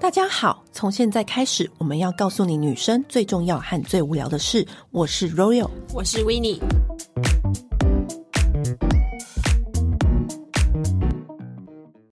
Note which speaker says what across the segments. Speaker 1: 大家好，从现在开始，我们要告诉你女生最重要和最无聊的事。我是 Royal，
Speaker 2: 我是 w i n n i e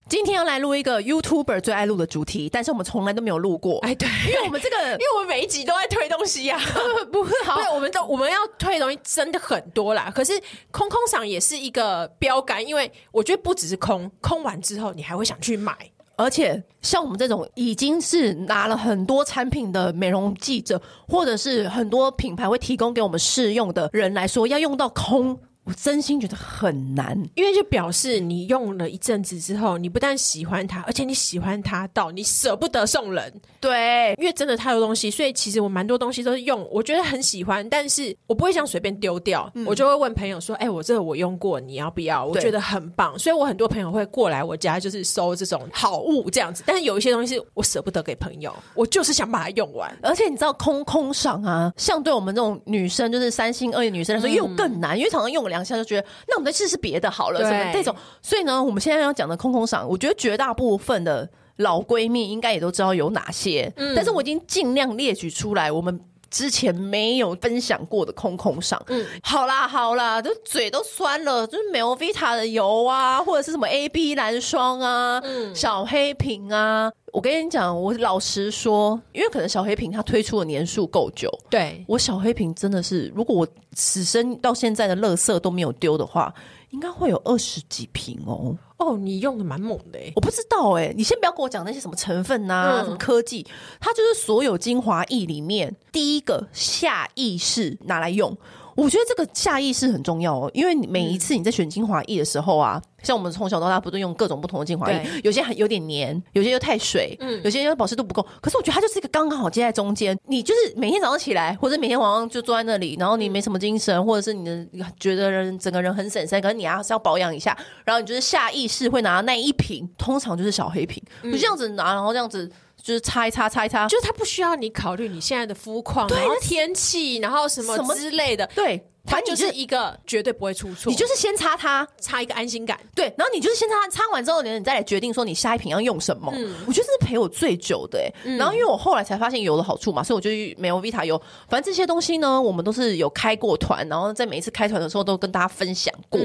Speaker 1: 今天要来录一个 YouTuber 最爱录的主题，但是我们从来都没有录过。
Speaker 2: 哎，对，
Speaker 1: 因为我们这个
Speaker 2: 因为我们每一集都在推东西呀、啊，
Speaker 1: 不是好
Speaker 2: 对，，我们都我们要推的东西真的很多啦。可是空空赏也是一个标杆，因为我觉得不只是空，空完之后你还会想去买。
Speaker 1: 而且像我们这种已经是拿了很多产品的美容记者，或者是很多品牌会提供给我们试用的人来说，要用到空，我真心觉得很难。
Speaker 2: 因为就表示你用了一阵子之后，你不但喜欢它，而且你喜欢它到你舍不得送人，
Speaker 1: 对，
Speaker 2: 因为真的太多东西，所以其实我蛮多东西都是用，我觉得很喜欢，但是我不会想随便丢掉，我就会问朋友说：“哎、我这个我用过，你要不要？”我
Speaker 1: 嗯对
Speaker 2: 觉得很棒，所以我很多朋友会过来我家，就是收这种好物这样子。但是有一些东西是我舍不得给朋友，我就是想把它用完。
Speaker 1: 而且你知道空空赏啊，像对我们这种女生，就是三心二意的女生来说，又更难，因为常常用了两下就觉得，那我们再试试别的好了，
Speaker 2: 对
Speaker 1: 什么这种。所以呢，我们现在要讲的空空赏，我觉得绝大部分的老闺蜜应该也都知道有哪些，但是我已经尽量列举出来，我们。之前没有分享过的空空赏，嗯，好啦好啦，就嘴都酸了，就是美欧 Vita 的油啊，或者是什么 A B 蓝霜啊，小黑瓶啊，我跟你讲，我老实说，因为可能小黑瓶它推出的年数够久，
Speaker 2: 对，
Speaker 1: 我小黑瓶真的是，如果我此生到现在的垃圾都没有丢的话，应该会有二十几瓶哦。
Speaker 2: 哦，你用的蛮猛的、欸，
Speaker 1: 我不知道哎、你先不要跟我讲那些什么成分呐、啊
Speaker 2: 嗯
Speaker 1: 什么科技，它就是所有精华液里面第一个下意识拿来用。我觉得这个下意识很重要哦，因为你每
Speaker 2: 嗯
Speaker 1: 一次你在选精华液的时候啊，像我们从小到大不都用各种不同的精华液
Speaker 2: 对，
Speaker 1: 有些还有点黏，有些又太水，有些又保湿度不够。可是我觉得它就是一个刚刚好接在中间，你就是每天早上起来，或者每天晚上就坐在那里，然后你没什么精神，或者是你的你觉得人整个人很省散，可是你还是要保养一下，然后你就是下意识会拿那一瓶，通常就是小黑瓶，就这样子拿，然后这样子就是擦一擦，擦一擦，就
Speaker 2: 就是它不需要你考虑你现在的肤况，
Speaker 1: 对
Speaker 2: 然后天气，然后什么
Speaker 1: 什么
Speaker 2: 之类的，
Speaker 1: 对，
Speaker 2: 它
Speaker 1: 反正你
Speaker 2: 就
Speaker 1: 就是
Speaker 2: 是一个绝对不会出错，
Speaker 1: 你就是先擦它，
Speaker 2: 差一个安心感。
Speaker 1: 对，然后你就是先擦擦完之后，你再来决定说你下一瓶要用什么。我觉得这是陪我最久的、欸然后因为我后来才发现油的好处嘛，所以我就去美欧 Vita 油。反正这些东西呢，我们都是有开过团，然后在每一次开团的时候都跟大家分享过。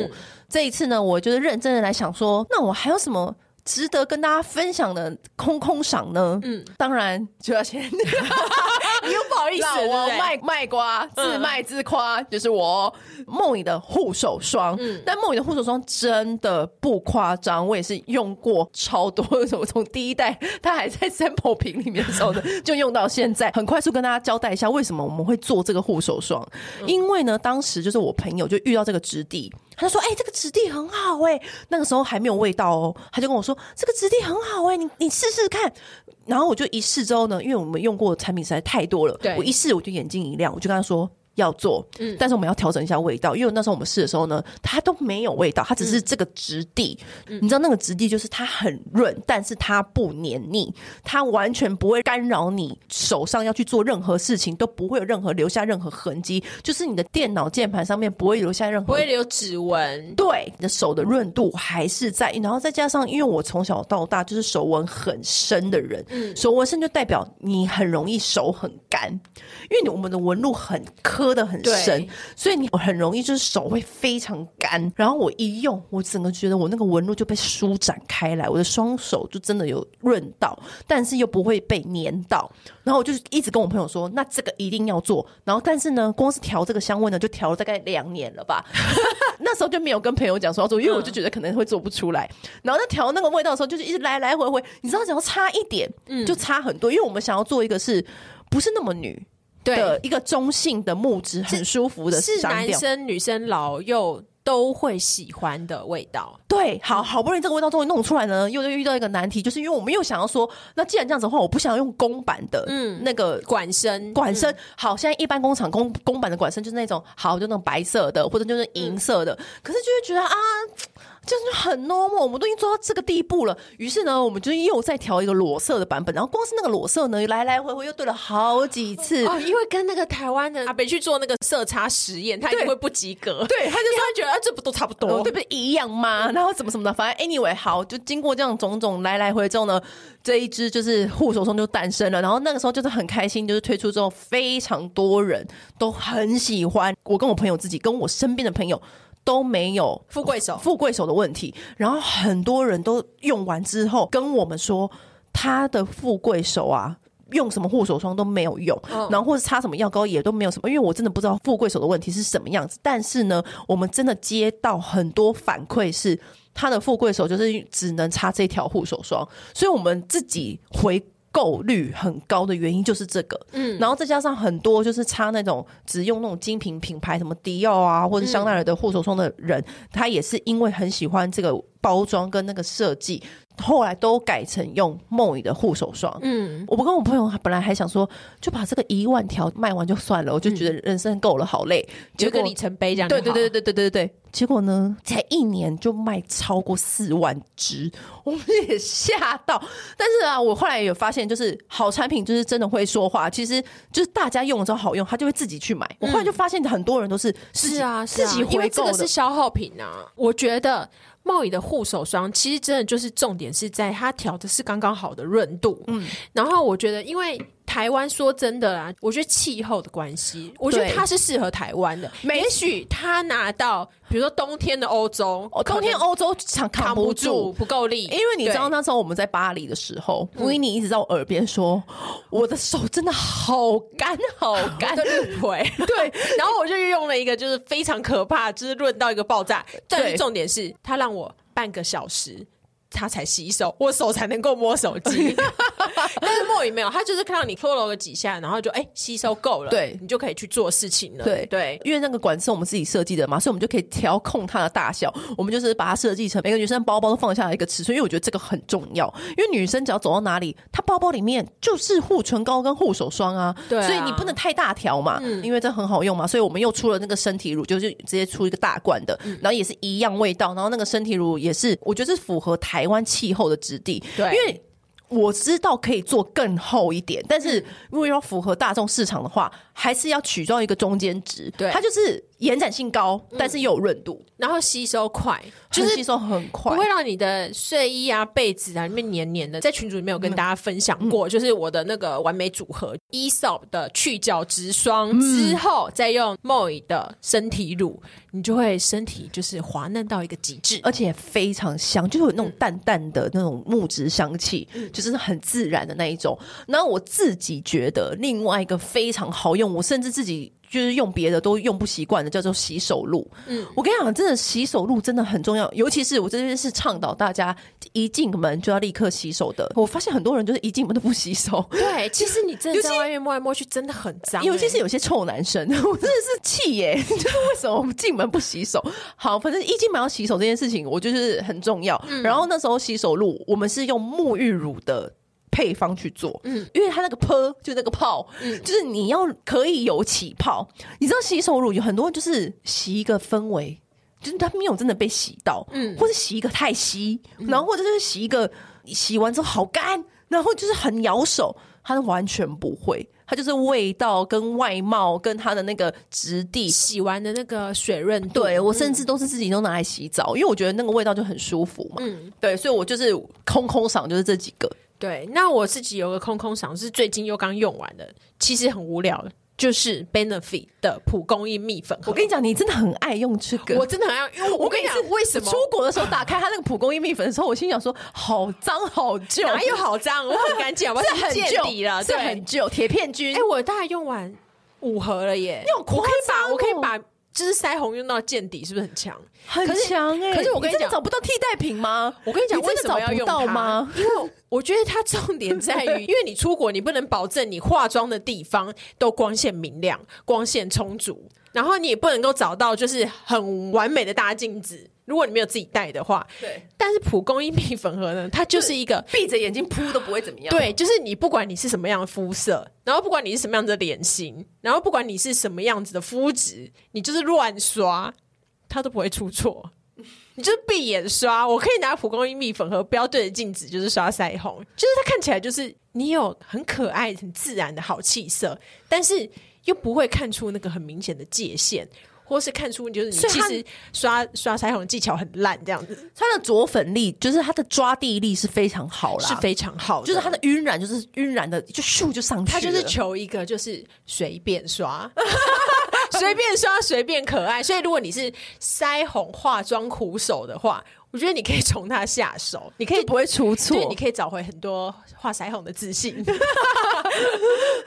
Speaker 1: 这一次呢，我就是认真的来想说，那我还有什么？值得跟大家分享的空空赏呢？嗯，当然就要先
Speaker 2: 你又不好意思，
Speaker 1: 老
Speaker 2: 对不
Speaker 1: 王
Speaker 2: 对
Speaker 1: 卖卖瓜，自卖自夸，就是我梦里的护手霜。但梦里的护手霜真的不夸张，我也是用过超多的，我从第一代它还在 sample 瓶里面的时候 呢，就用到现在。很快速跟大家交代一下，为什么我们会做这个护手霜？因为呢，当时就是我朋友就遇到这个质地。嗯他就说：“哎、这个质地很好哎、那个时候还没有味道哦。”他就跟我说：“这个质地很好哎、你你试试看。”然后我就一试之后呢，因为我们用过的产品实在太多了，
Speaker 2: 对
Speaker 1: 我一试我就眼睛一亮，我就跟他说。要做，但是我们要调整一下味道，因为那时候我们试的时候呢，它都没有味道，它只是这个质地。你知道那个质地就是它很润，但是它不黏腻，它完全不会干扰你手上要去做任何事情，都不会有任何留下任何痕迹，就是你的电脑键盘上面不会留下任何
Speaker 2: 不会留指纹。
Speaker 1: 对，你的手的润度还是在，然后再加上，因为我从小到大就是手纹很深的人，手纹深就代表你很容易手很干，因为你我们的纹路很磕的很深
Speaker 2: 对，
Speaker 1: 所以你很容易就是手会非常干。然后我一用，我整个觉得我那个纹路就被舒展开来，我的双手就真的有润到，但是又不会被粘到。然后我就一直跟我朋友说，那这个一定要做。然后但是呢，光是调这个香味呢，就调了大概两年了吧。那时候就没有跟朋友讲说要做，因为我就觉得可能会做不出来。然后在调那个味道的时候，就是一直来来回回，你知道，只要差一点，
Speaker 2: 嗯
Speaker 1: 就差很多。因为我们想要做一个是不是那么女
Speaker 2: 对
Speaker 1: 的一个中性的木质，很舒服的
Speaker 2: 是
Speaker 1: 香
Speaker 2: 男
Speaker 1: 调。
Speaker 2: 生、女生、老幼都会喜欢的味道。
Speaker 1: 对，好好不容易这个味道终于弄出来了呢，又又遇到一个难题，就是因为我们又想要说，那既然这样子的话，我不想要用公版的，嗯，那个
Speaker 2: 管身，
Speaker 1: 管身、好，现在一般工厂公公版的管身就是那种好，就那种白色的，或者就是银色的，可是就会觉得啊，嘖就是很 normal，我们都已经做到这个地步了。于是呢，我们就又再调一个裸色的版本，然后光是那个裸色呢，来来回回又对了好几次。
Speaker 2: 哦，因为跟那个台湾的阿北去做那个色差实验，他一定
Speaker 1: 对
Speaker 2: 会不及格。
Speaker 1: 对他就
Speaker 2: 因为他觉得、啊、这不都差不
Speaker 1: 哦
Speaker 2: 多？
Speaker 1: 对不对？一样吗？然后怎么什么的，反正 anyway 好，就经过这样种种来来回之后呢，这一支就是护手霜就诞生了。然后那个时候就是很开心，就是推出之后，非常多人都很喜欢。我跟我朋友自己，跟我身边的朋友都没有
Speaker 2: 富贵手
Speaker 1: 富贵手的问题。然后很多人都用完之后跟我们说，他的富贵手啊。用什么护手霜都没有用，
Speaker 2: 嗯
Speaker 1: 然后或者擦什么药膏也都没有什么，因为我真的不知道富贵手的问题是什么样子。但是呢，我们真的接到很多反馈是。他的富贵手就是只能擦这条护手霜，所以我们自己回购率很高的原因就是这个。嗯，然后再加上很多就是擦那种只用那种精品品牌，什么迪奥啊或者香奈儿的护手霜的人，他也是因为很喜欢这个包装跟那个设计，后来都改成用梦雨的护手霜。
Speaker 2: 嗯，
Speaker 1: 我不跟我朋友本来还想说，就把这个一万条卖完就算了，我就觉得人生够了，好累。
Speaker 2: 有
Speaker 1: 结
Speaker 2: 一个
Speaker 1: 果
Speaker 2: 里程碑这样嗯就
Speaker 1: 对对对
Speaker 2: 好。
Speaker 1: 对对对对对，结果呢，才一年就卖超过四万只，我们也吓到。但是啊，我后来有发现，就是好产品就是真的会说话，其实就是大家用了之后好用，他就会自己去买。我后来就发现很多人都是自己
Speaker 2: 嗯是啊，是
Speaker 1: 自
Speaker 2: 啊
Speaker 1: 己
Speaker 2: 因
Speaker 1: 回
Speaker 2: 为这
Speaker 1: 购
Speaker 2: 个
Speaker 1: 的，
Speaker 2: 是消耗品啊。我觉得茂宇的护手霜其实真的就是重点是在它调的是刚刚好的润度，嗯，然后我觉得因为。台湾说真的啊，我觉得气候的关系，我觉得
Speaker 1: 对
Speaker 2: 它是适合台湾的。
Speaker 1: 没
Speaker 2: 也许它拿到，比如说冬天的欧洲，
Speaker 1: 哦冬天
Speaker 2: 可能
Speaker 1: 欧洲扛
Speaker 2: 扛
Speaker 1: 扛
Speaker 2: 不
Speaker 1: 不
Speaker 2: 住，
Speaker 1: 住。
Speaker 2: 不够力，
Speaker 1: 因为你知道
Speaker 2: 对嗯
Speaker 1: 那时候我们在巴黎的时候，维尼一直在我耳边说：“我的手真的好干， 好干。
Speaker 2: 我的 绿腿。
Speaker 1: 对，
Speaker 2: 然后我就用了一个就是非常可怕，就是论到一个爆炸。但是重点是，它让我半个小时。它才洗手，我手才能够摸手 机。但是墨雨没有，他就是看到你搓揉了几下，然后就哎、吸收够了，
Speaker 1: 对
Speaker 2: 你就可以去做事情了。
Speaker 1: 对
Speaker 2: 对，
Speaker 1: 因为那个管是我们自己设计的嘛，所以我们就可以调控它的大小。我们就是把它设计成每个女生包包都放下来一个尺寸，因为我觉得这个很重要。因为女生只要走到哪里，她包包里面就是护唇膏跟护手霜啊，
Speaker 2: 对啊嗯
Speaker 1: 所以你不能太大条嘛，因为这很好用嘛。所以我们又出了那个身体乳，就是直接出一个大罐的，
Speaker 2: 嗯
Speaker 1: 然后也是一样味道，然后那个身体乳也是，我觉得是符合台湾气候的质地，
Speaker 2: 对
Speaker 1: 因为。我知道可以做更厚一点，但
Speaker 2: 嗯
Speaker 1: 是如果要符合大众市场的话，还是要取到一个中间值。
Speaker 2: 对
Speaker 1: 它就是延展性高，但是又有润度，
Speaker 2: 然后吸收快，就
Speaker 1: 很
Speaker 2: 是
Speaker 1: 吸收很
Speaker 2: 不
Speaker 1: 快。
Speaker 2: 会让你的睡衣啊、被子啊里面黏黏的。在群组里面有跟大家分享过，就是我的那个完美组合 e s o p 的去角质霜、之后，再用 Moy 的身体乳，你就会身体就是滑嫩到一个极致。
Speaker 1: 而且非常香，就是有那种淡淡的那种木质香气，就是很自然的那一种。然后我自己觉得另外一个非常好用，我甚至自己。就是用别的都用不习惯的，叫做洗手露。嗯，我跟你讲，真的洗手露真的很重要，尤其是我这边是倡导大家一进门就要立刻洗手的。我发现很多人就是一进门都不洗手，
Speaker 2: 对，其实你真的
Speaker 1: 尤其
Speaker 2: 在外面摸来摸去，真的很脏、
Speaker 1: 尤其是
Speaker 2: 欸
Speaker 1: 有些臭男生， 我真的是气耶、 就是为什么进门不洗手？好，反正一进门要洗手这件事情，我就是很重要。
Speaker 2: 嗯
Speaker 1: 然后那时候洗手露，我们是用沐浴乳的。配方去做，嗯，因为它那个泼就那个泡，
Speaker 2: 嗯
Speaker 1: 就是你要可以有起泡。你知道洗手乳有很多就是洗一个氛围，就是它没有真的被洗到，嗯，或者洗一个太稀，然后或者就是洗一个洗完之后好干，然后就是很咬手，它完全不会，它就是味道跟外貌跟它的那个质地。
Speaker 2: 洗完的那个水润度，
Speaker 1: 对我甚至都是自己都拿来洗澡，因为我觉得那个味道就很舒服嘛。对，所以我就是空空赏就是这几个，
Speaker 2: 对，那我自己有个空空赏是最近又刚用完的，其实很无聊，就是 Benefit 的蒲公英蜜粉盒。
Speaker 1: 我跟你讲，你真的很爱用这个。
Speaker 2: 我真的很爱用，因为我跟你讲，为什么
Speaker 1: 出国的时候打开它那个蒲公英蜜粉的时候，我心想说好脏好 旧，
Speaker 2: 哪有好脏？我很干净，好不好？
Speaker 1: 这很
Speaker 2: 是见底了，
Speaker 1: 旧，这
Speaker 2: 对。
Speaker 1: 很旧，铁片菌。
Speaker 2: 哎、我大概用完五盒了耶！
Speaker 1: 你好夸
Speaker 2: 我可以把
Speaker 1: 张
Speaker 2: 我可以
Speaker 1: 哦
Speaker 2: 把就是腮红用到见底，是不是很强？
Speaker 1: 很
Speaker 2: 可是
Speaker 1: 强哎、
Speaker 2: 可是我跟你
Speaker 1: 真的
Speaker 2: 讲
Speaker 1: 找不到替代品吗？
Speaker 2: 我跟你讲，
Speaker 1: 你真
Speaker 2: 为
Speaker 1: 的
Speaker 2: 什么要
Speaker 1: 找不
Speaker 2: 用
Speaker 1: 到
Speaker 2: 它
Speaker 1: 吗？？
Speaker 2: 因为我觉得它重点在于，因为你出国，你不能保证你化妆的地方都光线明亮、光线充足，然后你也不能够找到就是很完美的大镜子。如果你没有自己带的话，
Speaker 1: 对，
Speaker 2: 但是蒲公英蜜粉盒呢，它就是一个
Speaker 1: 闭着眼睛扑都不会怎么样。
Speaker 2: 对，就是你不管你是什么样的肤色，然后不管你是什么样子的脸型，然后不管你 是什么样子的肤质，你就是乱刷，它都不会出错。你就是闭眼刷，我可以拿蒲公英蜜粉和不要对着镜子，就是刷腮红，就是它看起来就是你有很可爱、很自然的好气色，但是又不会看出那个很明显的界限，或是看出就是你
Speaker 1: 所以
Speaker 2: 其
Speaker 1: 它
Speaker 2: 实刷刷腮红技巧很烂，这样子
Speaker 1: 它的着粉力，就是它的抓地力是非常好啦，
Speaker 2: 是非常好的，
Speaker 1: 就是它的晕染，就是晕染的就咻就上去
Speaker 2: 他
Speaker 1: 了，
Speaker 2: 就是求一个就是随便刷。 随便刷，随便可爱。所以，如果你是腮红化妆苦手的话，我觉得你可以从它下手，你可以
Speaker 1: 就不会出错
Speaker 2: 对，。你可以找回很多画腮红的自 信。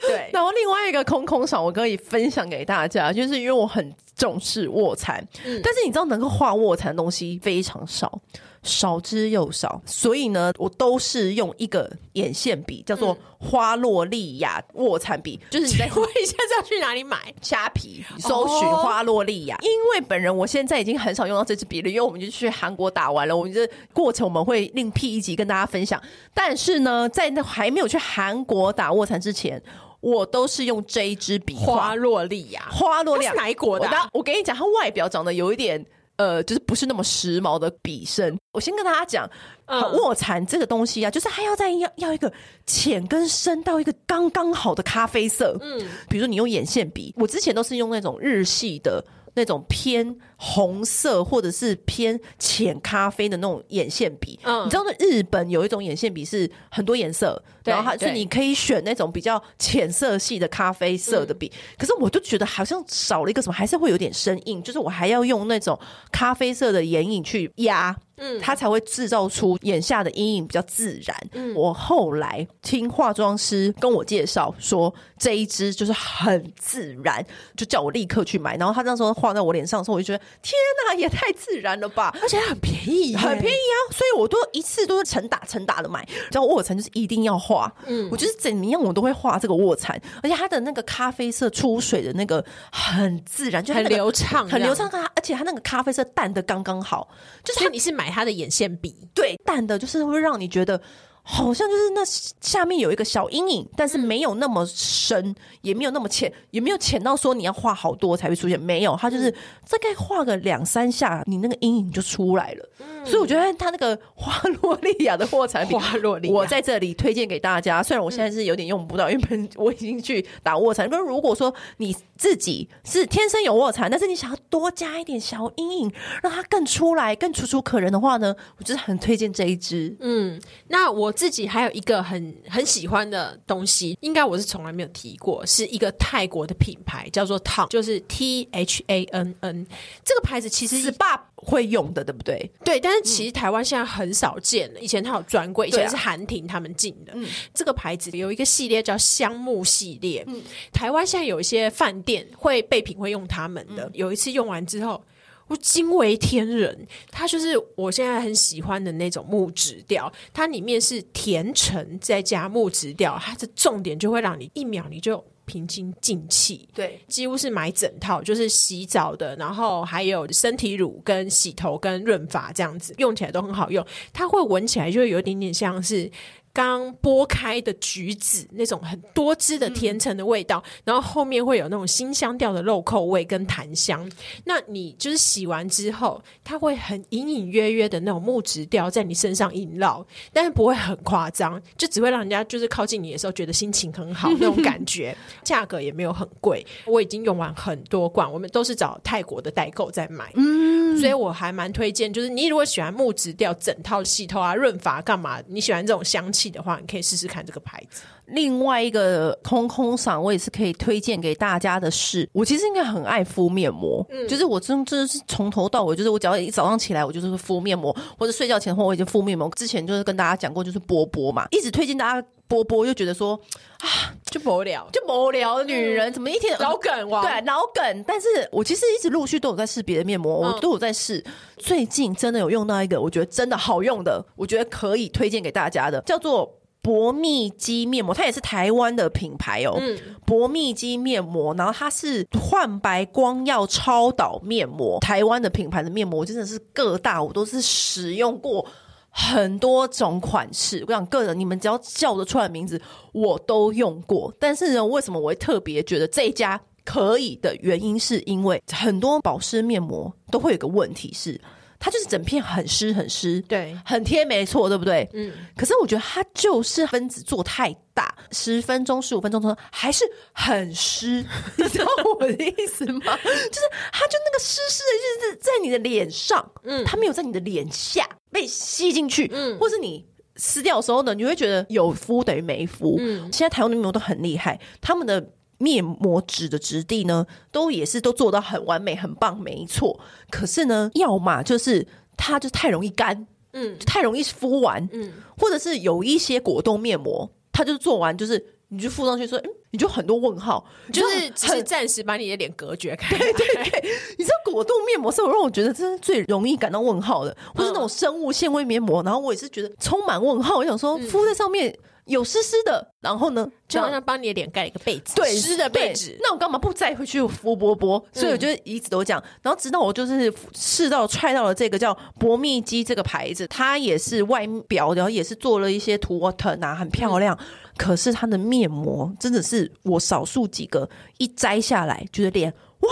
Speaker 2: 对，
Speaker 1: 然后另外一个空空赏，我可以分享给大家，就是因为我很重视卧蚕，但是你知道能够画卧蚕的东西非常少，少之又少，所以呢，我都是用一个眼线笔，叫做花洛丽雅卧蚕笔，就是你 在
Speaker 2: 我一下子要去哪里买？
Speaker 1: 虾皮搜寻
Speaker 2: 哦
Speaker 1: 花洛丽亚，因为本人我现在已经很少用到这支笔了，因为我们就去韩国打完了，我们这过程我们会另辟一集跟大家分享。但是呢，在那还没有去韩国打卧蚕之前，我都是用这一支笔
Speaker 2: 花
Speaker 1: 画
Speaker 2: 洛丽呀、
Speaker 1: 花洛丽亚
Speaker 2: 它是哪一国的啊
Speaker 1: 我当我跟你讲，它外表长得有一点。呃，就是不是那么时髦的笔身。我先跟大家讲，
Speaker 2: 嗯
Speaker 1: 卧蚕这个东西啊，就是它要在要要一个浅跟深到一个刚刚好的咖啡色。嗯，比如说你用眼线笔，我之前都是用那种日系的那种偏红色或者是偏浅咖啡的那种眼线笔。
Speaker 2: 嗯
Speaker 1: 你知道那日本有一种眼线笔是很多颜色，
Speaker 2: 对
Speaker 1: 然后它所以
Speaker 2: 对
Speaker 1: 你可以选那种比较浅色系的咖啡色的笔。可是我就觉得好像少了一个什么，还是会有点生硬，就是我还要用那种咖啡色的眼影去压。嗯，它才会制造出眼下的阴影比较自然。嗯，我后来听化妆师跟我介绍说，这一支就是很自然，就叫我立刻去买。然后他那时候画在我脸上的时候，我就觉得天哪，也太自然了吧！
Speaker 2: 而且它很便宜耶，
Speaker 1: 很便宜啊，所以我都一次都是成打成打的买。你知道卧蚕就是一定要画，嗯，我就是怎样我都会画这个卧蚕，而且它的那个咖啡色出水的那个很自然，就它那
Speaker 2: 很
Speaker 1: 个
Speaker 2: 流畅，
Speaker 1: 很流畅。它而且它那个咖啡色淡的刚刚好，就是
Speaker 2: 所以
Speaker 1: 它
Speaker 2: 你是买它的眼线笔，
Speaker 1: 对淡的，就是会让你觉得。好像就是那下面有一个小阴影，但是没有那么深，也没有那么浅，也没有浅到说你要画好多才会出现。没有，它就是大概画个两三下，你那个阴影就出来了。所以我觉得它那个花 洛丽亚的卧蚕笔，
Speaker 2: 花洛丽亚啊
Speaker 1: 我在这里啊嗯推荐给大家。虽然我现在是有点用不到，因为本我已经去打卧蚕。但如果说你自己是天生有卧蚕，但是你想要多加一点小阴影，让它更出来、更楚楚可人的话呢，我就是很推荐这一支。
Speaker 2: 嗯，那我自己还有一个很很喜欢的东西，应该我是从来没有提过，是一个泰国的品牌，叫做 Tan，就是 T H A N N。这个牌子其实
Speaker 1: SPA 会用的，对不对？
Speaker 2: 对，但是其实台湾现在很少见了，以前它有专柜，以
Speaker 1: 嗯对啊嗯
Speaker 2: 前是韩婷他们进的。这个牌子有一个系列叫香木系列，
Speaker 1: 嗯
Speaker 2: 台湾现在有一些饭店会备品会用他们的。
Speaker 1: 嗯
Speaker 2: 有一次用完之后。我惊为天人，它就是我现在很喜欢的那种木质调，它里面是甜橙再加木质调，它的重点就会让你一秒你就平心静气，
Speaker 1: 对，
Speaker 2: 几乎是买整套，就是洗澡的，然后还有身体乳、跟洗头、跟润发这样子，用起来都很好用。它会闻起来就会有一点点像是。刚剥开的橘子那种很多汁的甜橙的味道，然后后面会有那种新香调的肉蔻味跟檀香。那你就是洗完之后，它会很隐隐约约的那种木质调在你身上萦绕，但是不会很夸张，就只会让人家就是靠近你的时候觉得心情很好那种感觉。价格也没有很贵，我已经用完很多罐，我们都是找泰国的代购在买，嗯，所以我还蛮推荐，就是你如果喜欢木质调整套洗头啊、润发干嘛，你喜欢这种香气的话，你可以试试看这个牌子。
Speaker 1: 另外一个空空赏，我也是可以推荐给大家的是，我其实应该很爱敷面膜，就是我真真的是从头到尾，就是我只要一早上起来，我就是会敷面膜，或者睡觉前后我已经敷面膜。之前就是跟大家讲过，就是波波嘛，一直推荐大家波波，就觉得说
Speaker 2: 就不聊，
Speaker 1: 就无聊的女人怎么一天
Speaker 2: 老梗王，
Speaker 1: 对，啊脑梗。但是我其实一直陆续都有在试别的面膜，我都有在试。最近真的有用到一个，我觉得真的好用的，我觉得可以推荐给大家的，叫做。薄蜜肌面膜，它也是台湾的品牌哦。薄蜜肌面膜，然后它是焕白光耀超导面膜，台湾的品牌的面膜，真的是各大我都是使用过很多种款式。我想个人，你们只要叫得出来名字，我都用过。但是呢，为什么我会特别觉得这一家可以的原因，是因为很多保湿面膜都会有个问题是，它就是整片很湿很湿，
Speaker 2: 对
Speaker 1: 很贴没错，对不对？
Speaker 2: 嗯，
Speaker 1: 可是我觉得它就是分子做太大，十分钟、十五分钟之后还是很湿， 你知道我的意思吗？就是它就那个湿湿的，就是在你的脸上，嗯，它没有在你的脸下被吸进去，嗯，或是你。撕掉的时候呢，你会觉得有敷等于没敷。嗯，现在台湾的面膜都很厉害，他们的面膜纸的质地呢，都也是都做到很完美、很棒，没错。可是呢，要么就是它就太容易干，
Speaker 2: 嗯
Speaker 1: 就太容易敷完，嗯，或者是有一些果冻面膜，它就是做完就是你就敷上去说，嗯，你就很多问号，
Speaker 2: 就是
Speaker 1: 你
Speaker 2: 只
Speaker 1: 很
Speaker 2: 是暂时把你的脸隔绝开，
Speaker 1: 你知道果冻面膜是我让我觉得真的最容易感到问号的，或是那种生物纤维面膜，然后我也是觉得充满问号，我想说敷在上面有湿湿的，然后呢，
Speaker 2: 就好
Speaker 1: 那
Speaker 2: 像帮你的脸盖了一个被子，
Speaker 1: 对
Speaker 2: 湿的被
Speaker 1: 对
Speaker 2: 子。
Speaker 1: 那我干嘛不再回去敷波波？所以我就一直都这样。然后直到我就是试到踹到了这个叫博蜜肌这个牌子，它也是外表，然后也是做了一些图 water 啊，很漂亮。可是它的面膜真的是我少数几个一摘下来，觉得脸哇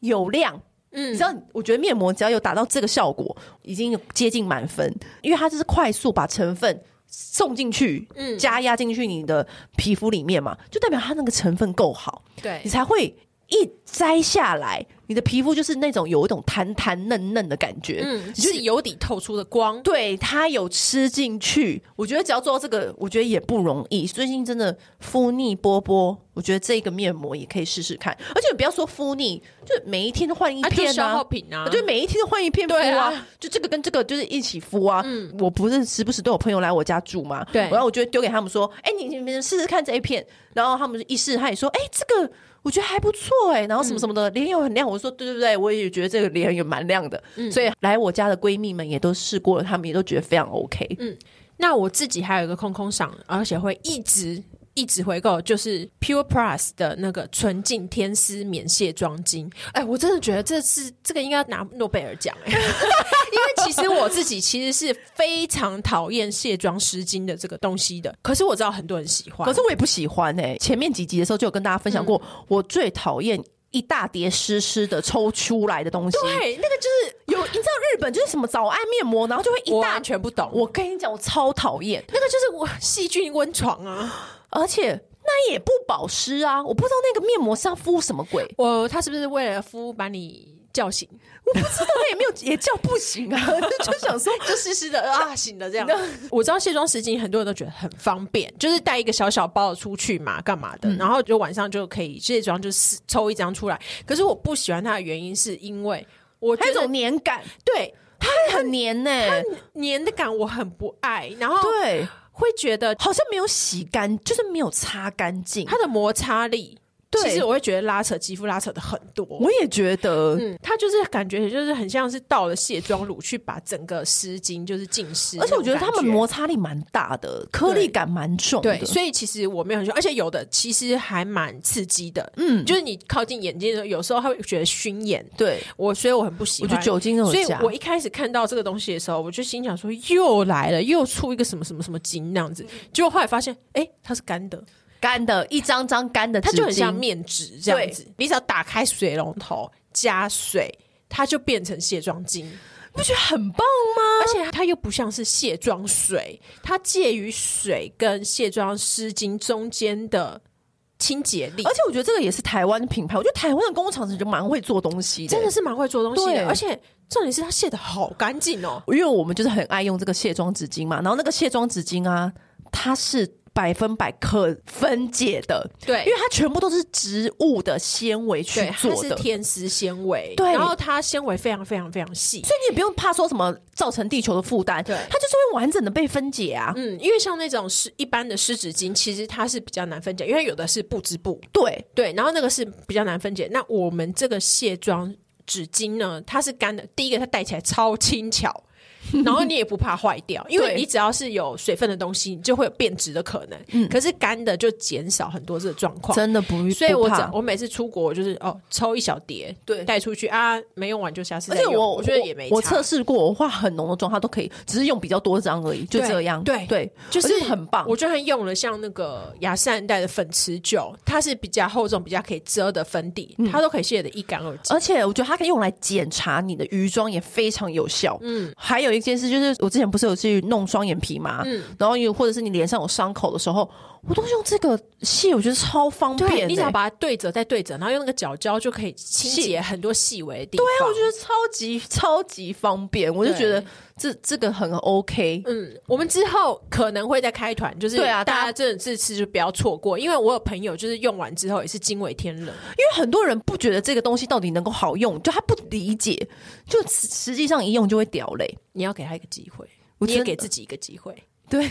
Speaker 1: 有亮。嗯，只要我觉得面膜只要有达到这个效果，已经有接近满分，因为它就是快速把成分送进去，嗯，加压进去你的皮肤里面嘛，就代表它那个成分够好，
Speaker 2: 对
Speaker 1: 你才会一摘下来，你的皮肤就是那种有一种弹弹嫩嫩的感觉，
Speaker 2: 嗯，是由底透出的光。
Speaker 1: 对它有吃进去。我觉得只要做到这个，我觉得也不容易。最近真的敷腻波波，我觉得这个面膜也可以试试看。而且不要说敷腻，就每一天都换一
Speaker 2: 啊，就
Speaker 1: 片
Speaker 2: 消
Speaker 1: 啊
Speaker 2: 耗。品啊，
Speaker 1: 就每一天都换一片敷
Speaker 2: 对
Speaker 1: 啊，
Speaker 2: 啊嗯
Speaker 1: 就这个跟这个就是一起敷啊。我不是时不时都有朋友来我家住嘛，
Speaker 2: 对
Speaker 1: 然后我就会丢给他们说，哎、你你们试试看这一片，然后他们就一试，他也说，哎、这个我觉得还不错哎、然后
Speaker 2: 嗯
Speaker 1: 什么什么的，脸有很亮，我说对对对，我也觉得这个脸也蛮亮的，
Speaker 2: 嗯
Speaker 1: 所以来我家的闺蜜们也都试过了，她们也都觉得非常 OK，
Speaker 2: 嗯那我自己还有一个空空赏，而且会一直一直回购，就是 Pure Plus 的那个纯净天丝免卸妆巾。哎，我真的觉得这是这个应该要拿诺贝尔奖哎、 因为其实我自己其实是非常讨厌卸妆湿巾的这个东西的，可是我知道很多人喜欢
Speaker 1: 可。是我也不喜欢哎、前面几集的时候就有跟大家分享过，
Speaker 2: 嗯
Speaker 1: 我最讨厌一大叠湿湿的抽出来的东西，
Speaker 2: 对，那个就是
Speaker 1: 有，你知道日本就是什么早安面膜，然后就会一
Speaker 2: 我
Speaker 1: 大
Speaker 2: 完
Speaker 1: 圈。
Speaker 2: 全不懂，
Speaker 1: 我跟你讲，我超讨厌，
Speaker 2: 那个就是我细菌温床啊。
Speaker 1: 而且那也不保湿啊！我不知道那个面膜是要敷什么 鬼，
Speaker 2: 我他是不是为了敷把你叫醒，
Speaker 1: 我不知道，也没有也叫不行啊， 就想说
Speaker 2: 就湿湿的啊，醒了这样。 我知道卸妆湿巾很多人都觉得很方便，就是带一个小小包出去嘛，干嘛
Speaker 1: 嗯
Speaker 2: 的，然后就晚上就可以卸妆，就是抽一张出来。可是我不喜欢它的原因是因为我
Speaker 1: 还
Speaker 2: 觉
Speaker 1: 有一
Speaker 2: 得
Speaker 1: 种黏感，
Speaker 2: 对
Speaker 1: 它很哦黏呢、
Speaker 2: 黏的感我很不爱，然后
Speaker 1: 对，
Speaker 2: 会觉得
Speaker 1: 好像没有洗干，就是没有擦干净。
Speaker 2: 它的摩擦力，
Speaker 1: 对
Speaker 2: 其实我会觉得拉扯肌肤拉扯的很多。
Speaker 1: 我也觉得，
Speaker 2: 嗯，它就是感觉就是很像是倒了卸妆乳去把整个湿巾就是浸湿那
Speaker 1: 而
Speaker 2: 种
Speaker 1: 且我
Speaker 2: 感，
Speaker 1: 觉得它们摩擦力蛮大的，颗粒感蛮重的
Speaker 2: 对，。所以其实我没有很喜欢，而且有的其实还蛮刺激的，嗯，就是你靠近眼睛的时候，有时候它会觉得熏眼，
Speaker 1: 对，
Speaker 2: 我所以我很不喜
Speaker 1: 我
Speaker 2: 欢。
Speaker 1: 觉得酒精那种
Speaker 2: 所以
Speaker 1: 加
Speaker 2: 我一开始看到这个东西的时候，我就心想说又来了，又出一个什么什么什么精那样子，
Speaker 1: 嗯
Speaker 2: 结果后来发现，哎、它是干的，
Speaker 1: 干的一张张干的纸
Speaker 2: 它
Speaker 1: 巾，
Speaker 2: 就很像面纸这样子，你只要打开水龙头加水。它就变成卸妆巾，
Speaker 1: 不觉得很棒吗？
Speaker 2: 而且它又不像是卸妆水，它介于水跟卸妆湿巾中间的清洁力
Speaker 1: 而。且我觉得这个也是台湾的品牌，我觉得台湾的工厂其实蛮会做东西的，
Speaker 2: 真的是蛮会做东西
Speaker 1: 对
Speaker 2: 的，而欸且重点是它卸的好干净哦。
Speaker 1: 因为我们就是很爱用这个卸妆纸巾嘛，然后那个卸妆纸巾啊，它是百分百可分解的，
Speaker 2: 对
Speaker 1: 因为它全部都是植物的纤维去
Speaker 2: 对，它
Speaker 1: 做
Speaker 2: 是
Speaker 1: 的。
Speaker 2: 天丝纤维，
Speaker 1: 对
Speaker 2: 然后它纤维非常非常非常细。
Speaker 1: 所以你也不用怕说什么造成地球的负担，
Speaker 2: 对
Speaker 1: 它就是会完整的被分解啊。
Speaker 2: 嗯，因为像那种湿一般的湿纸巾，其实它是比较难分解，因为有的是布织布，
Speaker 1: 对，
Speaker 2: 对，然后那个是比较难分解。那 我们这个卸妆纸巾呢，它是干的，第一个它戴起来超轻巧，然后你也不怕坏掉，因为
Speaker 1: 对
Speaker 2: 你只要是有水分的东西，你就会有变质的可能。可是干的就减少很多这个状况。
Speaker 1: 嗯真的不，
Speaker 2: 所以我
Speaker 1: 不怕
Speaker 2: 只我每次出国，我就是哦抽一小碟，
Speaker 1: 对
Speaker 2: 带出去啊，没用完就下次
Speaker 1: 而
Speaker 2: 再
Speaker 1: 且
Speaker 2: 用。
Speaker 1: 我
Speaker 2: 我觉得也没
Speaker 1: 我
Speaker 2: 差
Speaker 1: 测试过，我化很浓的妆，它都可以，只是用比较多张而已，就
Speaker 2: 对
Speaker 1: 这样。
Speaker 2: 对
Speaker 1: 对，
Speaker 2: 就是
Speaker 1: 而且很棒
Speaker 2: 我。就算用了像那个雅诗兰黛的粉持久，它是比较厚重、比较可以遮的粉底，
Speaker 1: 嗯
Speaker 2: 它都可以卸得一干二净。
Speaker 1: 而且我觉得它可以用来检查你的余妆，也非常有效。嗯，还有一件事就是，我之前不是有去弄双眼皮嘛，嗯，然后又或者是你脸上有伤口的时候，我都用这个卸，我觉得超方便、
Speaker 2: 对，你只要
Speaker 1: 欸
Speaker 2: 把它对折再对折，然后用那个角胶就可以清洁很多细微的地方。
Speaker 1: 对啊，我觉得超级超级方便，我就
Speaker 2: 对
Speaker 1: 觉得这这个很 OK。
Speaker 2: 嗯，我们之后可能会再开团，就是
Speaker 1: 对啊大
Speaker 2: 大
Speaker 1: 家
Speaker 2: 家真的这次就不要错过，因为我有朋友就是用完之后也是惊为天人。
Speaker 1: 因为很多人不觉得这个东西到底能够好用，就他不理解，就实实际上一用就会掉泪。
Speaker 2: 你要给他一个机会，
Speaker 1: 我
Speaker 2: 你也
Speaker 1: 真的
Speaker 2: 给自己一个机会。
Speaker 1: 对，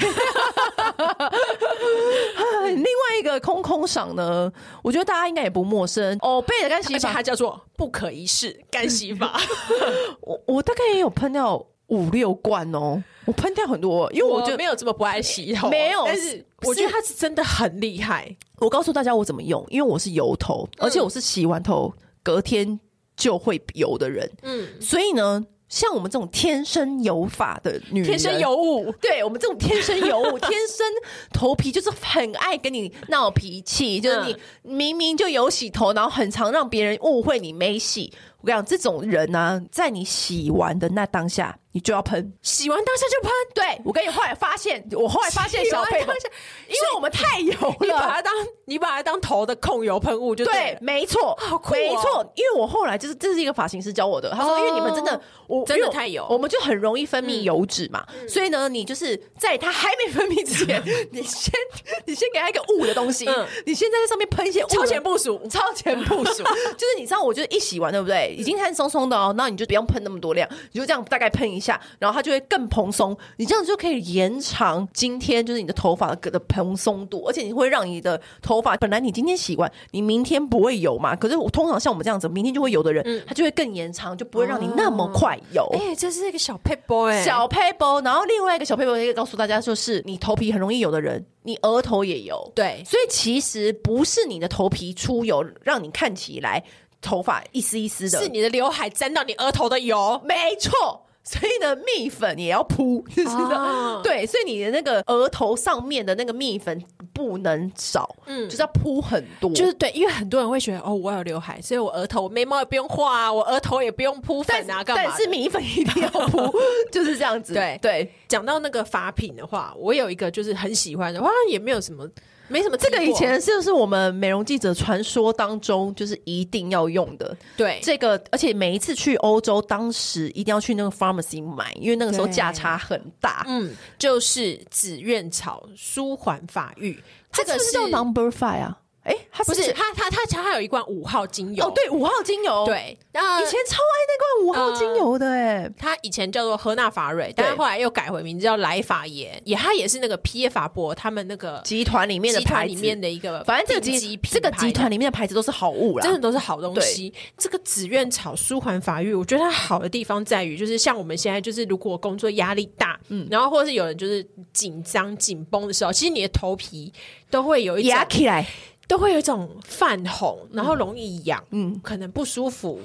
Speaker 1: 另外一个空空赏呢，我觉得大家应该也不陌生哦。贝尔干洗
Speaker 2: 而且
Speaker 1: 法
Speaker 2: 它，叫做不可一世干洗 法，
Speaker 1: 我我大概也有喷掉五六罐哦，我喷掉很多，因为
Speaker 2: 我
Speaker 1: 我觉得
Speaker 2: 没有这么不爱洗头，
Speaker 1: 没有
Speaker 2: 但是我觉得它是真的很厉害。
Speaker 1: 我告诉大家我怎么用，因为我是油头，
Speaker 2: 嗯
Speaker 1: 而且我是洗完头隔天就会油的人，
Speaker 2: 嗯，
Speaker 1: 所以呢，像我们这种天生油发的女人，
Speaker 2: 天生尤物，
Speaker 1: 对我们这种天生尤 物、天生头皮就是很爱跟你闹脾气，
Speaker 2: 嗯
Speaker 1: 就是你明明就有洗头，然后很常让别人误会你没洗。我跟你讲，这种人呢、在你洗完的那当下，你就要喷。
Speaker 2: 洗完当下就喷，
Speaker 1: 对我跟你后来发现，我后来发现小佩
Speaker 2: 洗完
Speaker 1: 宝
Speaker 2: 当，下
Speaker 1: 因为我们太油
Speaker 2: 你把
Speaker 1: 了。
Speaker 2: 它当你把它当头的控油喷雾就啊对
Speaker 1: 对
Speaker 2: 了，。
Speaker 1: 没错，
Speaker 2: 好酷哦
Speaker 1: 没错，因为我后来就是这是一个发型师教我的，他说
Speaker 2: 哦
Speaker 1: 因为你们真的我
Speaker 2: 真的
Speaker 1: 因为
Speaker 2: 太嗯油
Speaker 1: 我们就很容易分泌油脂嘛，所以呢，你就是在它还没分泌之 前，你先你先给它一个雾的东西，
Speaker 2: 嗯
Speaker 1: 你先在这上面喷一些雾的
Speaker 2: 超前部署，
Speaker 1: 超前部署， 就是你知道，我就是一洗完，对不对？已经看松松的哦，那你就不用喷那么多量，你就这样大概喷一下，然后它就会更蓬松。你这样就可以延长今天就是你的头发的蓬松度，而且你会让你的头发本来你今天洗完，你明天不会油嘛。可是我通常像我们这样子，明天就会油的人，它就会更延长，就不会让你那么快油。
Speaker 2: 哎、这是一个小 p boy，、欸、
Speaker 1: 小 paper，然后另外一个小 paper 可以告诉大家，就是你头皮很容易油的人，你额头也油。
Speaker 2: 对
Speaker 1: 所以其实不是你的头皮出油，让你看起来头发一丝一丝的，
Speaker 2: 是你的刘海沾到你额头的油，
Speaker 1: 没错。所以呢，蜜粉也要铺， 你知道？
Speaker 2: 啊
Speaker 1: 对，所以你的那个额头上面的那个蜜粉不能少，嗯，就是要铺很多，
Speaker 2: 就是对，因为很多人会觉得哦，我有刘海，所以我额头我眉毛也不用画啊，我额头也不用铺
Speaker 1: 但
Speaker 2: 粉啊，干嘛的？
Speaker 1: 但是蜜粉一定要 铺，就是这样子。
Speaker 2: 对
Speaker 1: 对，
Speaker 2: 讲到那个发品的话，我有一个就是很喜欢的，好像也没有什么，没什么提
Speaker 1: 这
Speaker 2: 过。
Speaker 1: 个以前就是我们美容记者传说当中就是一定要用的，
Speaker 2: 对
Speaker 1: 这个，而且每一次去欧洲，当时一定要去那个 pharmacy 买，因为那个时候价差很大。
Speaker 2: 嗯，就是紫苑草舒缓发育，这
Speaker 1: 它
Speaker 2: 个
Speaker 1: 是不是叫 number five 啊？哎、它
Speaker 2: 不
Speaker 1: 不
Speaker 2: 是它它它它有一罐五号精油
Speaker 1: 哦，对，五号精油，，
Speaker 2: 对，那
Speaker 1: 以前超爱那罐五号精油的、哎、
Speaker 2: 它以前叫做荷纳法瑞，但是后来又改回名字叫莱法耶，也它也是那个皮耶法博他们那个
Speaker 1: 集团里面的
Speaker 2: 集
Speaker 1: 牌
Speaker 2: 团
Speaker 1: 子，
Speaker 2: 里面的一个，
Speaker 1: 反正这个集
Speaker 2: 集
Speaker 1: 这个集团。里面的牌子都是好物啦，
Speaker 2: 真的都是好东西。这个紫苑草舒缓法育，我觉得它好的地方在于，就是像我们现在就是如果工作压力大，嗯，然后或是有人就是紧张紧绷的时候，其实你的头皮都会有一种
Speaker 1: 压起来
Speaker 2: 都会有一种泛红，然后容易痒，嗯，可能不舒服，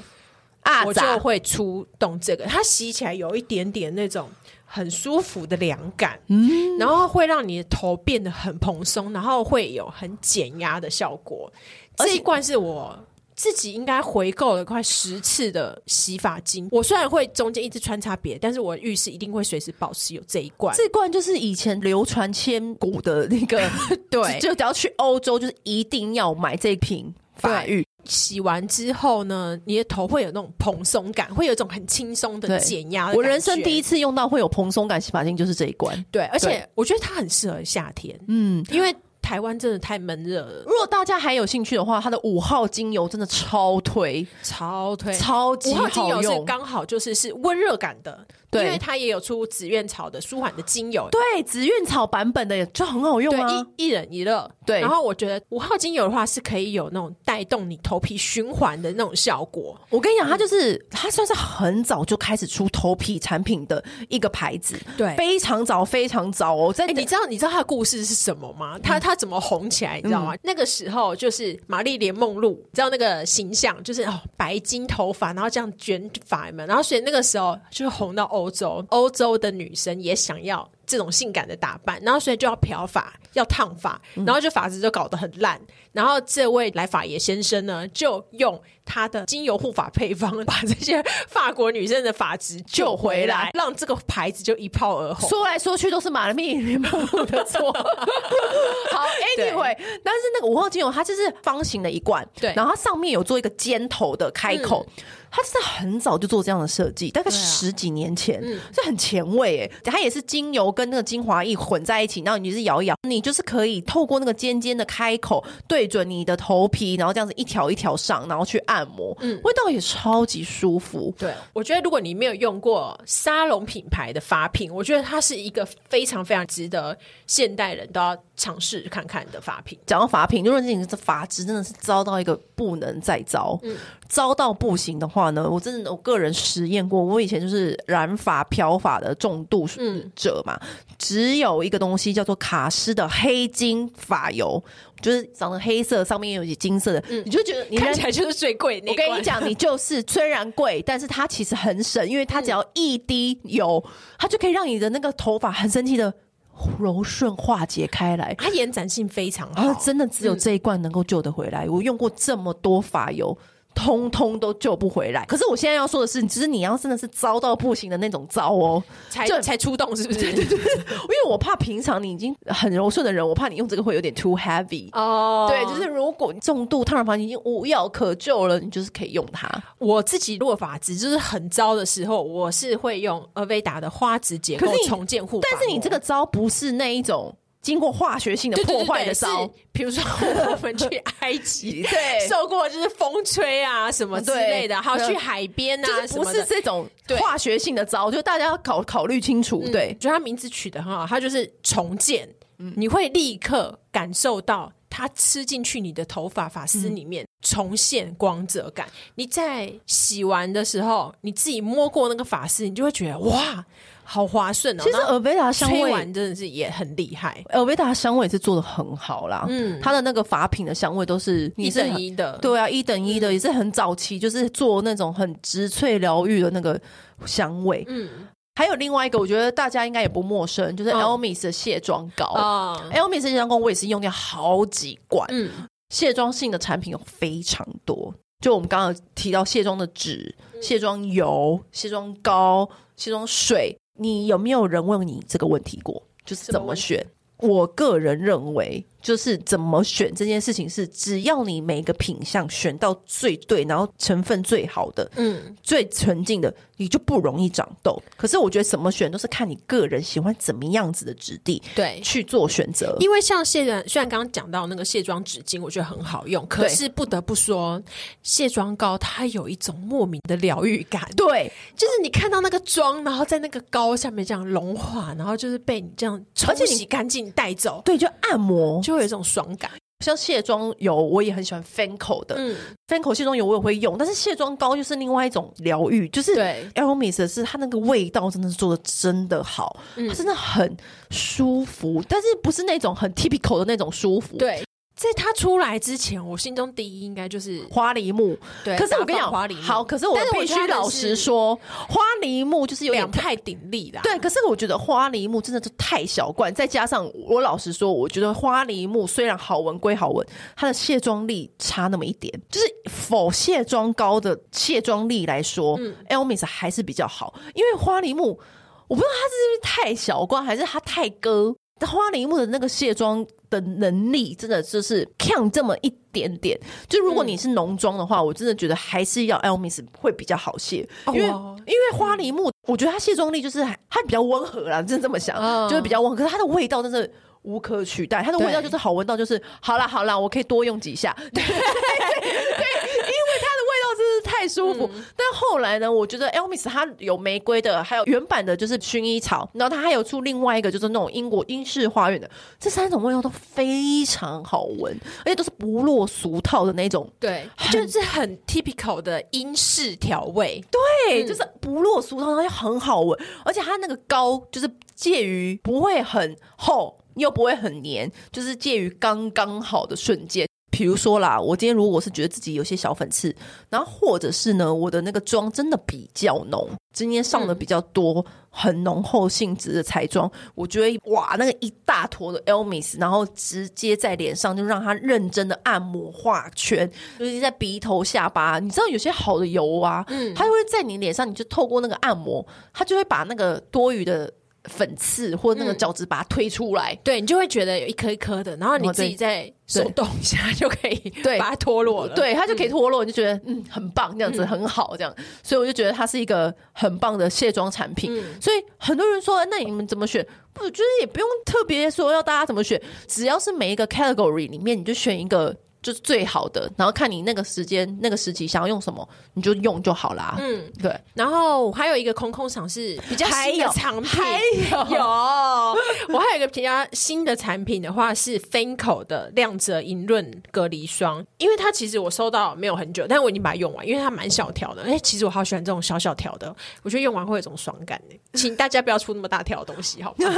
Speaker 1: 啊，
Speaker 2: 我
Speaker 1: 咋
Speaker 2: 就会出动这个。它洗起来有一点点那种很舒服的凉感，嗯，然后会让你的头变得很蓬松，然后会有很减压的效果。
Speaker 1: 而且
Speaker 2: 这一罐是我。自己应该回购了快十次的洗发精。我虽然会中间一直穿插别的，但是我浴室一定会随时保持有这一罐。
Speaker 1: 这罐就是以前流传千古的那个，
Speaker 2: 对
Speaker 1: 就只要去欧洲，就是一定要买这一瓶发浴。
Speaker 2: 洗完之后呢，你的头会有那种蓬松感，会有一种很轻松的
Speaker 1: 对
Speaker 2: 减压的感觉。
Speaker 1: 我人生第
Speaker 2: 一
Speaker 1: 一次用到会有蓬松感洗发精，就是这一罐。
Speaker 2: 对，而且
Speaker 1: 对
Speaker 2: 我觉得它很适合夏天，
Speaker 1: 嗯，
Speaker 2: 因为台湾真的太闷热了，
Speaker 1: 如果大家还有兴趣的话，它的五号精油真的超推，
Speaker 2: 超推
Speaker 1: 超级
Speaker 2: 五号精
Speaker 1: 好
Speaker 2: 油是
Speaker 1: 用。
Speaker 2: 刚好就是是温热感的，
Speaker 1: 对
Speaker 2: 因为它也有出紫苑草的舒缓的精油，
Speaker 1: 对，紫苑草版本的也就很好用啊。
Speaker 2: 对，一一冷一热，
Speaker 1: 对
Speaker 2: 然后我觉得五号精油的话是可以有那种带动你头皮循环的那种效果，
Speaker 1: 我跟你讲，它就是它算是很早就开始出头皮产品的一个牌子，
Speaker 2: 对
Speaker 1: 非常早，非常早哦。在
Speaker 2: 哎、你知道你知道他的故事是什么吗？他他怎么红起来？你知道吗？那个时候就是玛丽莲梦露，你知道那个形象就是哦白金头发，然后这样卷发有没有然后所以那个时候就是红到欧洲，欧洲的女生也想要。这种性感的打扮，然后所以就要漂发，要烫发，然后就发质就搞得很烂。然后这位来法爷先生呢，就用他的精油护发配方，把这些法国女生的发质救回
Speaker 1: 回
Speaker 2: 来
Speaker 1: 来，
Speaker 2: 让这个牌子就一炮而红。
Speaker 1: 说来说去都是马丽莲梦露的 错。好
Speaker 2: 对
Speaker 1: ，anyway，但是那个五号精油它就是方形的一罐，
Speaker 2: 对嗯
Speaker 1: 然后它上面有做一个尖头的开口。它真的很早就做这样的设计，大概
Speaker 2: 对啊
Speaker 1: 十几年前，这、很前卫哎。它也是精油跟那个精华液混在一起，然后你就是摇一摇，你就是可以透过那个尖尖的开口对准你的头皮，然后这样子一条一条上，然后去按摩，
Speaker 2: 嗯
Speaker 1: 味道也超级舒服。
Speaker 2: 对，我觉得如果你没有用过沙龙品牌的发品，我觉得它是一个非常非常值得现代人都要尝试看看的发品。
Speaker 1: 讲到法品，如果你的法值真的是糟到一个不能再糟，
Speaker 2: 嗯
Speaker 1: 糟到不行的话呢，我真的我个人实验过，我以前就是染发漂发的重度者嘛，
Speaker 2: 嗯
Speaker 1: 只有一个东西叫做卡诗的黑金发油，就是长得黑色，上面有些金色的，你就觉得你
Speaker 2: 嗯看
Speaker 1: 染
Speaker 2: 起来就是最贵的 那
Speaker 1: 我
Speaker 2: 一罐
Speaker 1: 跟你，讲，你就是虽然贵，但是它其实很省，因为它只要一滴油，它就可以让你的那个头发很神奇的柔顺化解开来。
Speaker 2: 它延展性非常好，
Speaker 1: 啊，真的只有这一罐能够救得回来。我用过这么多发油。通通都救不回来。可是我现在要说的是，就是你要真的是糟到不行的那种糟哦，
Speaker 2: 才
Speaker 1: 就
Speaker 2: 才出动是不是？
Speaker 1: 因为我怕平常你已经很柔顺的人，我怕你用这个会有点 too heavy。
Speaker 2: 哦
Speaker 1: 对，就是如果你重度烫染发已经无药可救了，你就是可以用它。
Speaker 2: 我自己落发质就是很糟的时候，我是会用阿维达的花质结构
Speaker 1: 可是你
Speaker 2: 重建护发膜，
Speaker 1: 但是你这个糟不是那一种经过化学性的
Speaker 2: 对对
Speaker 1: 破
Speaker 2: 对
Speaker 1: 坏
Speaker 2: 对
Speaker 1: 的
Speaker 2: 是
Speaker 1: 糟，。
Speaker 2: 比如说我们去埃及
Speaker 1: 对
Speaker 2: 受过就是风吹啊什么之
Speaker 1: 对
Speaker 2: 类的，还有去
Speaker 1: 嗯
Speaker 2: 海边啊，
Speaker 1: 就是
Speaker 2: 什
Speaker 1: 不
Speaker 2: 么的
Speaker 1: 是这种
Speaker 2: 对
Speaker 1: 化学性的糟，就大家要考考虑清楚。对
Speaker 2: 我，觉得它名字取得很好，它就是重建，
Speaker 1: 嗯
Speaker 2: 你会立刻感受到它吃进去你的头发发丝
Speaker 1: 嗯
Speaker 2: 里面。重现光泽感，你在洗完的时候，你自己摸过那个发丝，你就会觉得哇，好滑顺哦。
Speaker 1: 其实
Speaker 2: 然后
Speaker 1: 尔贝达香
Speaker 2: 吹
Speaker 1: 味
Speaker 2: 完真的是也很厉害，
Speaker 1: 呃，维达香味是做的很好啦，嗯，它的那个法品的香味都是
Speaker 2: 一
Speaker 1: 你是
Speaker 2: 等
Speaker 1: 很
Speaker 2: 一的。嗯
Speaker 1: 对啊，一等一的也是很早期，就是做那种很植萃疗愈的那个香味。
Speaker 2: 嗯
Speaker 1: 还有另外一个，我觉得大家应该也不陌生，就是
Speaker 2: 嗯
Speaker 1: Elmis 的卸妆膏。
Speaker 2: 啊，
Speaker 1: Elmis 的卸妆膏我也是用掉好几罐，
Speaker 2: 嗯，
Speaker 1: 卸妆性的产品有非常多。就我们刚刚有提到卸妆的纸、
Speaker 2: 嗯
Speaker 1: 卸妆油、卸妆膏、卸妆水，你有没有人问你这个问题过？就是
Speaker 2: 什么
Speaker 1: 怎么
Speaker 2: 问题
Speaker 1: 选？我个人认为，就是怎么选这件事情是，只要你每个品相选到最对，然后成分最好的、
Speaker 2: 嗯，
Speaker 1: 最纯净的，你就不容易长痘。可是我觉得怎么选都是看你个人喜欢怎么样子的质地
Speaker 2: 对，
Speaker 1: 去做选择。
Speaker 2: 因为像卸妆，虽然刚刚讲到那个卸妆纸巾，我觉得很好用，可
Speaker 1: 对
Speaker 2: 是不得不说，卸妆膏它有一种莫名的疗愈感，
Speaker 1: 对，
Speaker 2: 就是你看到那个妆，然后在那个膏下面这样融化，然后就是被你这样冲
Speaker 1: 而且你
Speaker 2: 洗干净带走，
Speaker 1: 对，就按摩，
Speaker 2: 就会有一种爽感。
Speaker 1: 像卸妆油，我也很喜欢 Fanco 的、
Speaker 2: 嗯，
Speaker 1: f a n c o 卸妆油我也会用，但是卸妆膏又是另外一种疗愈，就是
Speaker 2: 对
Speaker 1: Elmis 的是它那个味道真的是做的真的好，
Speaker 2: 嗯
Speaker 1: 它真的很舒服，但是不是那种很 typical 的那种舒服，，
Speaker 2: 对，在它出来之前，我心中第一应该就是
Speaker 1: 花梨木。
Speaker 2: 对
Speaker 1: 可是我跟你
Speaker 2: 打
Speaker 1: 讲，
Speaker 2: 放花梨木
Speaker 1: 好，可是我
Speaker 2: 但是我
Speaker 1: 必须
Speaker 2: 觉得它的
Speaker 1: 老实
Speaker 2: 是
Speaker 1: 说，花梨木就是有点
Speaker 2: 两派鼎立啦。
Speaker 1: 对，可是我觉得花梨木真的是太小罐，再加上我老实说，我觉得花梨木虽然好闻归好闻，它的卸妆力差那么一点，就是否卸妆膏的卸妆力来说、e l m i s 还是比较好，因为花梨木我不知道它是不是太小罐，还是它太割。但花梨木的那个卸妆的能力，真的就是看这么一点点。就如果你是浓妆的话，我真的觉得还是要 Elmis 会比较好卸，
Speaker 2: 哦
Speaker 1: 因为因为花梨木，我觉得它卸妆力就是还它比较温和啦，真的这么想，
Speaker 2: 嗯
Speaker 1: 就是比较温和。可是它的味道真的无可取代，它的味道
Speaker 2: 对
Speaker 1: 就是好闻到，就是好啦好啦，我可以多用几下。 对对对，因为它的味道真是太舒服。
Speaker 2: 嗯
Speaker 1: 但后来呢，我觉得 Elmis 它有玫瑰的，还有原版的就是薰衣草，然后它还有出另外一个就是那种英国英式花园的，这三种味道都非常好闻，而且都是不落俗套的那种。
Speaker 2: 对，就是很 typical 的英式调味，
Speaker 1: 对，就是不落俗套，然后又很好闻，而且它那个膏就是介于不会很厚又不会很黏，就是介于刚刚好的瞬间。比如说啦，我今天如果是觉得自己有些小粉刺，然后或者是呢，我的那个妆真的比较浓，今天上的比较多、很浓厚性质的彩妆，我觉得哇，那个一大坨的 Elmis，然后直接在脸上就让它认真的按摩画圈，尤其在鼻头、下巴，啊你知道有些好的油啊，
Speaker 2: 嗯
Speaker 1: 它就会在你脸上，你就透过那个按摩，它就会把那个多余的粉刺或那个
Speaker 2: 嗯
Speaker 1: 角质把它推出来。
Speaker 2: 对你就会觉得有一颗一颗的，然后你
Speaker 1: 哦
Speaker 2: 自
Speaker 1: 对
Speaker 2: 己再手动一下就可以
Speaker 1: 对
Speaker 2: 把它脱落了。
Speaker 1: 对，它就可以脱落，你就觉得嗯很棒，这样子、很好，这样，所以我就觉得它是一个很棒的卸妆产品。
Speaker 2: 嗯
Speaker 1: 所以很多人说，那你们怎么选？我觉得也不用特别说要大家怎么选，只要是每一个 category 里面，你就选一个就是最好的，然后看你那个时间、那个时期想要用什么，你就用就好啦。
Speaker 2: 嗯，
Speaker 1: 对，
Speaker 2: 然后还有一个空空赏是比较
Speaker 1: 还
Speaker 2: 新的
Speaker 1: 有
Speaker 2: 产品，
Speaker 1: 还有
Speaker 2: 有，我还有一个比较新的产品的话是 Fanco 的亮泽银润隔离霜，因为它其实我收到没有很久，但我已经把它用完，因为它蛮小条的。哎、其实我好喜欢这种小小条的，我觉得用完会有一种爽感、欸。请大家不要出那么大条的东西，好 不好？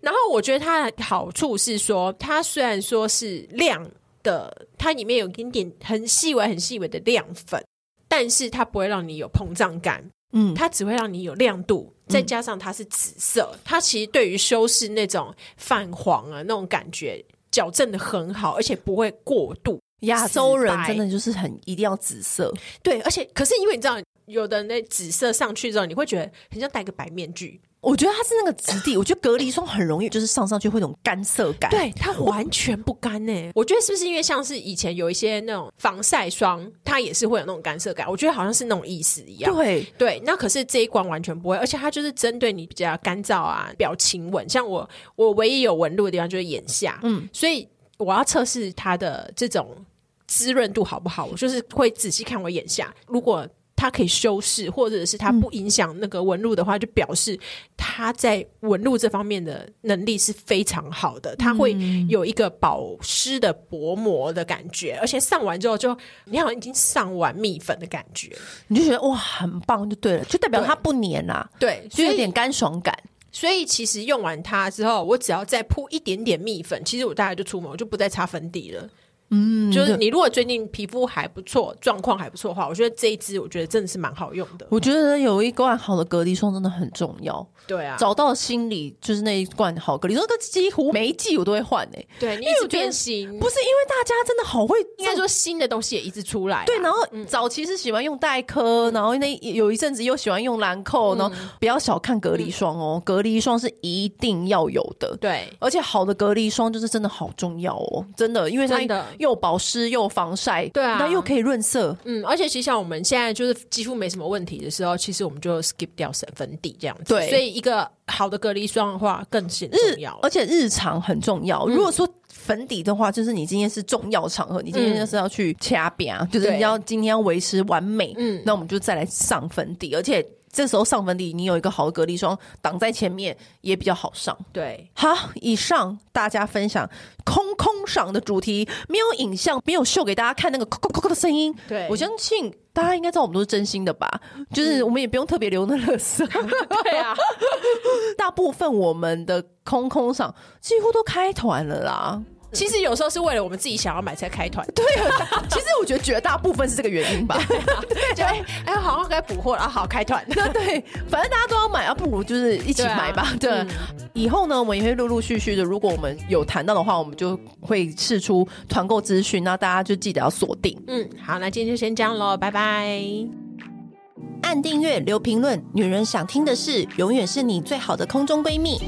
Speaker 2: 然后我觉得它的好处是说，它虽然说是亮的，它里面有一点点很细微、很细微的亮粉，但是它不会让你有膨胀感，
Speaker 1: 嗯，
Speaker 2: 它只会让你有亮度，再加上它是紫色，它其实对于修饰那种泛黄啊那种感觉矫正的很好，而且不会过度。
Speaker 1: 亚洲人
Speaker 2: 紫白
Speaker 1: 真的就是很一定要紫色，
Speaker 2: 对，而且可是因为你知道，有的那紫色上去之后，你会觉得很像戴个白面具。
Speaker 1: 我觉得它是那个质 地，我觉得隔离霜很容易就是上上去会有种干涩感。
Speaker 2: 对，它完全不干欸呢、 我觉得是不是因为像是以前有一些那种防晒霜，它也是会有那种干涩感？我觉得好像是那种意思一样。
Speaker 1: 对，
Speaker 2: 对，那可是这一关完全不会，而且它就是针对你比较干燥啊、表情纹，像我我唯一有纹路的地方就是眼下，嗯，所以我要测试它的这种滋润度好不好，我就是会仔细看我眼下，如果。它可以修饰，或者是它不影响那个纹路的话，就表示它在纹路这方面的能力是非常好的。它会有一个保湿的薄膜的感觉，而且上完之后就你好像已经上完蜜粉的感觉。
Speaker 1: 你就觉得哇很棒就对了，就代表
Speaker 2: 对
Speaker 1: 它不黏啦、
Speaker 2: 对，
Speaker 1: 就有点干爽感。
Speaker 2: 所以其实用完它之后，我只要再铺一点点蜜粉，其实我大概就出门，我就不再擦粉底了。嗯，就是你如果最近皮肤还不错，状况还不错的话，我觉得这一支我觉得真的是蛮好用的。
Speaker 1: 我觉得有一罐好的隔离霜真的很重要，
Speaker 2: 对啊，
Speaker 1: 找到心里就是那一罐好隔离霜，这几乎每一季我都会换欸诶、
Speaker 2: 对你一
Speaker 1: 因为
Speaker 2: 直
Speaker 1: 我觉得
Speaker 2: 变新，
Speaker 1: 不是因为大家真的好会
Speaker 2: 应该说新的东西也一直出来啊。嗯
Speaker 1: 对，然后早期是喜欢用黛珂，然后那有一阵子又喜欢用兰蔻，然后不要小看隔离霜哦，隔离霜是一定要有的。
Speaker 2: 嗯对
Speaker 1: 而且好的隔离霜就是真的好重要哦，真的，因为它
Speaker 2: 真的
Speaker 1: 又保湿又防晒，
Speaker 2: 对啊
Speaker 1: 那又可以润色，
Speaker 2: 嗯，而且其实像我们现在就是肌肤没什么问题的时候，其实我们就 skip 掉粉粉底这样子。
Speaker 1: 对嗯
Speaker 2: 所以一个好的隔离霜的话更显重
Speaker 1: 日
Speaker 2: 要了嗯
Speaker 1: 而。且日常很重要。如果说粉底的话，就是你今天是重要场合，你今天就是要去掐边，就是
Speaker 2: 对
Speaker 1: 你要今天要维持完美，
Speaker 2: 嗯
Speaker 1: 嗯，那我们就再来上粉底，而且这时候上粉底，你有一个好的隔离霜挡在前面，也比较好上。
Speaker 2: 对，
Speaker 1: 好，以上大家分享空空赏的主题，没有影像，没有秀给大家看那个扣扣扣扣的声音。
Speaker 2: 对嗯
Speaker 1: 我相信大家应该知道我们都是真心的吧，就是我们也不用特别留那乐色。
Speaker 2: 对啊，
Speaker 1: 大部分我们的空空赏几乎都开团了啦。
Speaker 2: 其实有时候是为了我们自己想要买才开团。
Speaker 1: 对， 其实我觉得绝大部分是这个原因吧。
Speaker 2: 就哎哎，好像该补货了，啊好开团。
Speaker 1: 那 对，反正大家都要买啊，不如就是一起
Speaker 2: 对啊
Speaker 1: 买吧。对，
Speaker 2: 嗯
Speaker 1: 以后呢，我们也会陆陆续续的，如果我们有谈到的话，我们就会试出团购资讯，那大家就记得要锁定。
Speaker 2: 嗯，好，那今天就先这样喽，拜拜。
Speaker 1: 按订阅，留评论，女人想听的事，永远是你最好的空中闺蜜。